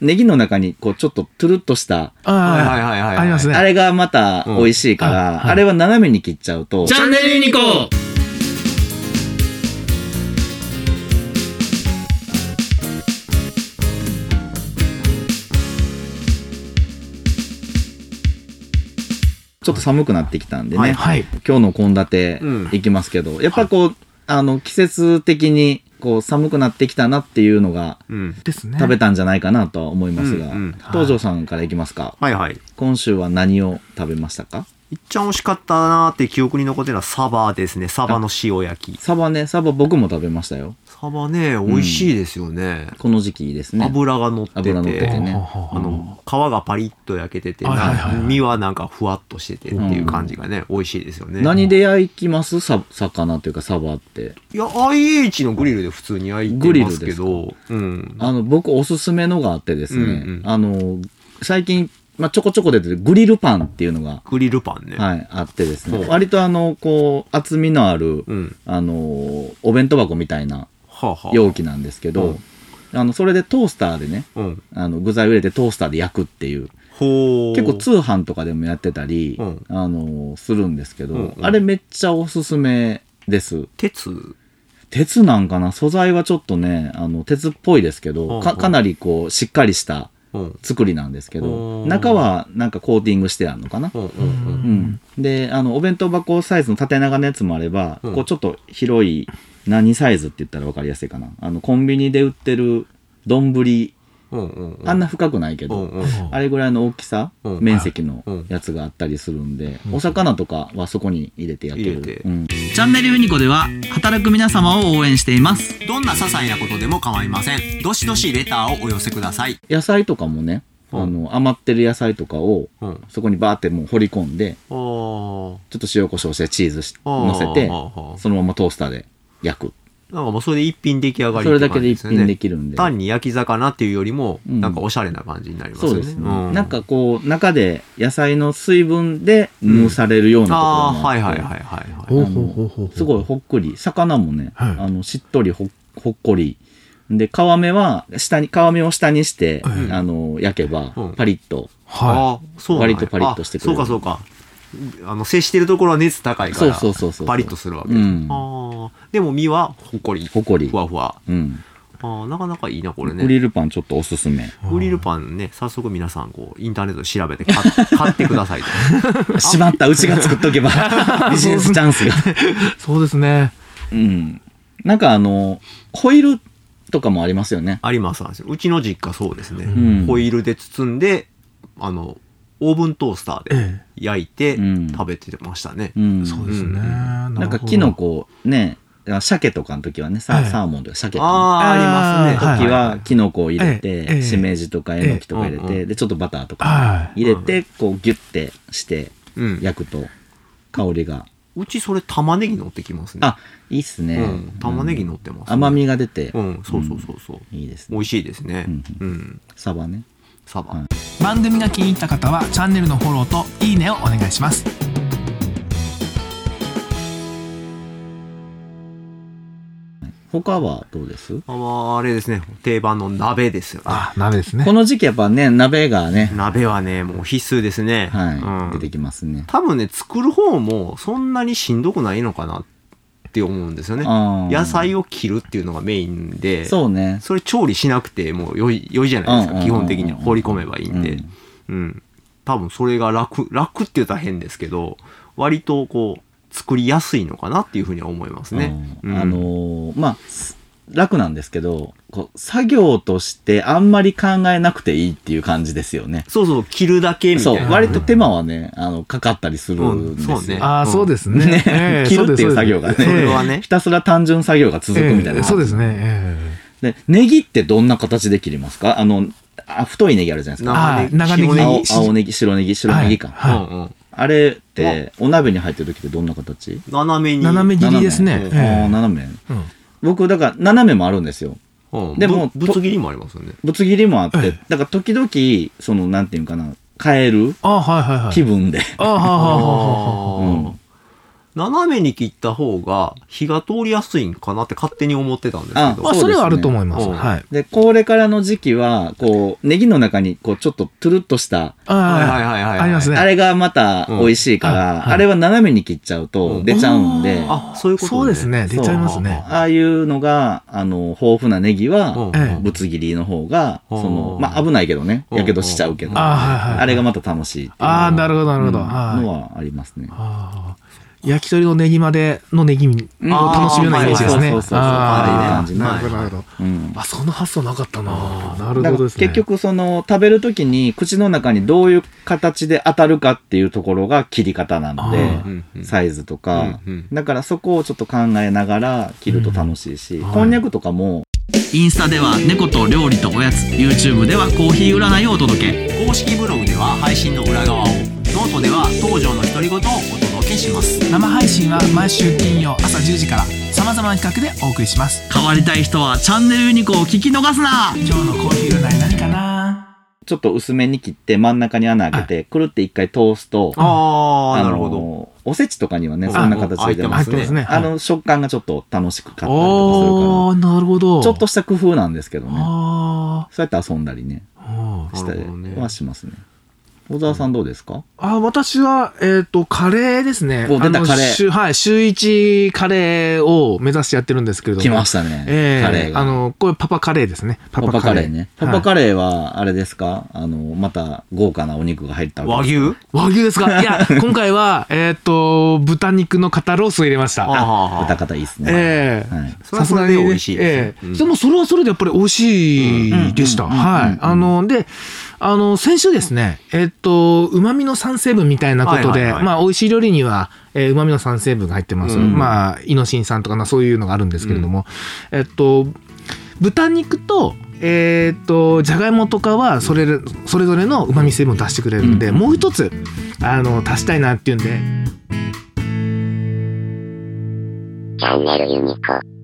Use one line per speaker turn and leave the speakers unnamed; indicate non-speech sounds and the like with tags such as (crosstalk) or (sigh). ネギの中に、こう、ちょっとトゥルッとした、
はいはい
あ
はいはい。
あ、ありますね。
あれがまた美味しいか
うんあ
ら、
はい
あれは斜めに切っちゃうと、
チャンネルユニコ
ちょっと寒くなってきたんでね、
はい
はい。
今日の献立
うん
いきますけど、やっぱこう、あの、季節的に、こう、寒くなってきたなっていうのが、
うん。
ですね。
食べたんじゃないかなとは思いますが、
うんうん
東條さんからいきますか。
はいはい。
今週は何を食べましたか
いっちゃん惜しかったなーって記憶に残ってるのはサバですね。サバの塩焼き。
サバね、サバ僕も食べましたよ。
サバね、美味しいですよね。
この時期いいですね。
油が乗ってて
油乗っててね
ほうほうほ
あ
う
の皮がパリッと焼けてて、
はいはいはいはい
身はなんかふわっとしててっていう感じがね、美味しいですよね
何で焼きますさ魚というかサバって。
いや IH のグリルで普通に焼い
グ
て
リ
ま
ル
す
で
け
すか
どうん
あの、僕おすすめのがあってですね、
うんうん
あの、最近、まあ、ちょこちょこ出てるグリルパンっていうのが、
グリルパンね、
はい、あってです
ほ
ね、
う
割とあの、こう、厚みのある、
うん
あの、お弁当箱みたいな
はあ、はあ、
容器なんですけど、あの、それでトースターでね、
うん
あの、具材を入れてトースターで焼くっていう、
ほう
結構通販とかでもやってたり、
うん
あの、するんですけど、
うんうん
あれめっちゃおすすめです。
鉄
鉄なんかな素材はちょっとね、あの、鉄っぽいですけ
うんう
ど、
ん
か、かなりこう、しっかりした
うん
作りなんですけ
う
ど、
ん
中はなんかコーティングしてあるのかな
うんうん
う
うん
うん。で、あの、お弁当箱サイズの縦長のやつもあれば、
うん
こう、ちょっと広い、何サイズって言ったら分かりやすいかな。あの、コンビニで売ってる丼、
うんうんうん
あんな深くないけ
う
ど
ん、うん
ほう
あれぐらいの大きさ、
うん
面積の
うん
やつがあったりするんで、
うん
お魚とかはそこに入れてやってる。
入れて
うんチャンネルユニコでは働く皆様を応援しています。
どんな些細なことでも構いませんどしどしレターをお寄せください
野菜とかもね、
うん
あの余ってる野菜とかを
うん
そこにバーってもう掘り込んで、
あ
ち
ー
ょっと塩コショウしてチーズし
あー
乗せて
あ、ーあー
そのままトースターで焼く。
なんかもうそれで一品出来上がり
それだけで
って
一
感じすよ
品
ね
できるんで。
単に焼き魚っていうよりも、
うん
なんかおしゃれな感じになります
そ
よ
う
ね。
ですね。
う
なんかこう、中で野菜の水分で蒸されるようなところ
ああ、
もあっ
は
て
いはいはいはいはい。
ほうほうほうほう。
すごいほっくり。魚もね、
はい
あの、しっとりほほっこり。で、皮目は、下に、皮目を下にして、
はい
あの、焼けば
うん、
パリッと。
は
ああ、そうなんや
割とパリッとしてくれる
あそうかそうか。あの、接してるところは熱高いか
そう
ら、
そうそうそう。
パリッとするわけ
う
です。
ん
ああ、でも身はほっこり。
ほっこり
ふわふわ。
うん。
ああ、なかなかいいな、これね。
グリルパンちょっとおすすめ。
グリルパンね、早速皆さん、こう、インターネットで調べて買っ買ってくださいと。
しまった、うちが作っと
(laughs)
けば、ビジネスチャンスが。
い。そうですね。
うん。なんかあの、ホイルとかもありますよね。
あります。うちの実家そうですね。
ん
ホイールで包んで、あの、オーブントースターで
え
焼いて
うん
食べてましたね。
うん
え。。そうですね。
うん
なん
る
か
ほど
キノ。コ、ね、鮭とかの時はね、
は
サ
い
サーモンとか鮭とか
ああ、ありますね。
あー
ね。時は
き
キノコを入れ
ええええ
て、しめじとかえのきとか入れ
ええ
て、で、ちょっとバターとか
はい。
入れて、こうギュッてして
うん、
焼くと香りが。
うちそれ玉ねぎ乗ってきますね。
あ、いいっすね。
うん、玉ねぎ乗
う
っ
ん
てます、ね。
甘みが出て
う、ん、そうそうそうそう。
いいです
美
ね。
味しいですね。
うん
うん、
サバね。
サバ。
はい
番組が気に入った方はチャンネルのフォローといいねをお願いします
他はどうです
あまああれですね、定番の鍋ですよね。
あ鍋ですね
この時期やっぱね、鍋がね、
鍋はね、もう必須ですね。
はい、
う
出
ん
てきますね。
多分ね、作る方もそんなにしんどくないのかなって思うんですよね。野
野
菜を切るっていうのがメインで、
そうね。
それ調理しなくても良い、良いじゃないです
うん
か。
うん
基本的には放り込めばいいん
う
で
ん。
うん。多分それが楽、楽って言ったら変ですけど、割とこう、作りやすいのかなっていうふうには思いますね。
うん
うん
あの、ーまあ、す楽なんですけど、こう、作業としてあんまり考えなくていいっていう感じですよね。
そうそう、切るだけみた
そ、
いうな。
割と手間はね、あの、かかったりするんですよ。
うんそうね
ああそうです
(laughs)
ね
ね
ええ
切るっていう作業がね
そ
それ
です
はね
(laughs) ひ、たすら単純作業が続くみたい
ええ
な。
そうですねえ
で、ネギってどんな形で切りますかあの、あ太いネギあるじゃないですか。
あー長ネギ
白
あ
青
し
青ネギ、白ネギ、
え
白ネギか。
はいは
うんうん
あれって、お鍋に入ってる時ってどんな形
うん斜め
い
に。
斜め切りですね
斜
え
ああ、
え
斜め。
うん
僕、だから斜めもあるんですよ。
うん
でも
ぶぶつ切りもありますよね。
ぶつ切りもあって、
え
だから時々、その、なんていうんかな、変える
あはいはいはい
気分で。
あはあはあはあはあ
うん
ああ。斜めに切った方が火が通りやすいんかなって勝手に思ってたんですけ
あ
ど。
まあ、
そうですね
それはあると思います。
うん
はい。
で、これからの時期は、こう、ネギの中に、こう、ちょっとトゥルッとした、
はいは
あ
いはいはい。
ありますね
あれがまた美味しいから、
うんあ
あれは斜めに切っちゃうと
うん
出ちゃうんで、あ
あ、そうい
あ、
うこと
そうです。ね。出ちゃいますね。
あいうのが、あの、豊富なネギは、
ええ
ぶつ切りの方が、
うん
その、まあ危ないけどね、
うん
やけどしちゃうけど、
あ
あ
はいはい。
れがまた楽しいっていう
ああ、なるほど、なるほど。
うん
はい。
のはありますね。
あー焼き鳥のネギまでのネギを
うん
楽しむようなイメージで
あーそうそ
すね。
うそうそう
あ
あれ
ー
ね
なるほど、なるほど。
うん
あ、その発想なかったな。なる
だか
ほど
ら
ですね。
結局その食べるときに口の中にどういう形で当たるかっていうところが切り方なん
あ
で、
うんうん
サイズとか、
うんうん
だからそこをちょっと考えながら切ると楽しいし、
うん
こんにゃくとかも、
インスタでは猫と料理とおやつ YouTube ではコーヒー占いをお届け
公式ブログでは配信の裏側を、ノートでは東条の独り言をお届けします。
生配信は毎週金曜朝10時から様々な企画でお送りします。
変わりたい人はチャンネルユニコを聞き逃すな
今日のコーヒー占い何かな
ちょっと薄めに切って真ん中に穴開けて、くるって一回通すと、
ああ、なるほど。
の、おせちとかにはね、
うん
そんな形で出ま
入っ
す
てますね。
あの、食感がちょっと楽しく買ったりとかするから
おー、なるほど。
ちょっとした工夫なんですけどね。
あ
そうやって遊んだりね、
ーあー。
したり
なるほどね
はしますね。小沢さんどうですか
あー、私は、えっ、と、カレーですね。
お出た
あの
カレー
週はい、週一カレーを目指してやってるんですけれども。
来ましたね。
ええ
カレーが。
あの、これパパカレーですね。パ
パ
パ
パ
カ
カ
レ
レ
ー。
ーね。パパ
レー。
カレーは、あれですかあの、また豪華なお肉が入った
和
わけ
牛
和牛ですかいや、今回は、えっ、と、豚肉の肩ロースを入れました。
豚方いいっすね。
ええ
はい
それはそれで美味しいで
え
す
え
ねうん
でもそれはそれでやっぱり美味しいでした。
うんうんうん
は
うん
い。あの、で、あの、先週ですね、えっと、旨味の3成分みたいなこと
はいはい
で、
はい
まあ、美味しい料理には、えー、旨味の3成分が入ってます。
うん
まあ、イノシン酸とかな、そういうのがあるんですけれども、えっと、豚肉と、えーっとじゃがいもとかはそれそれぞれのうまみ成分を出してくれるんで、
うん
もう一つあの足したいなっていうんで
チャンネルユニコ。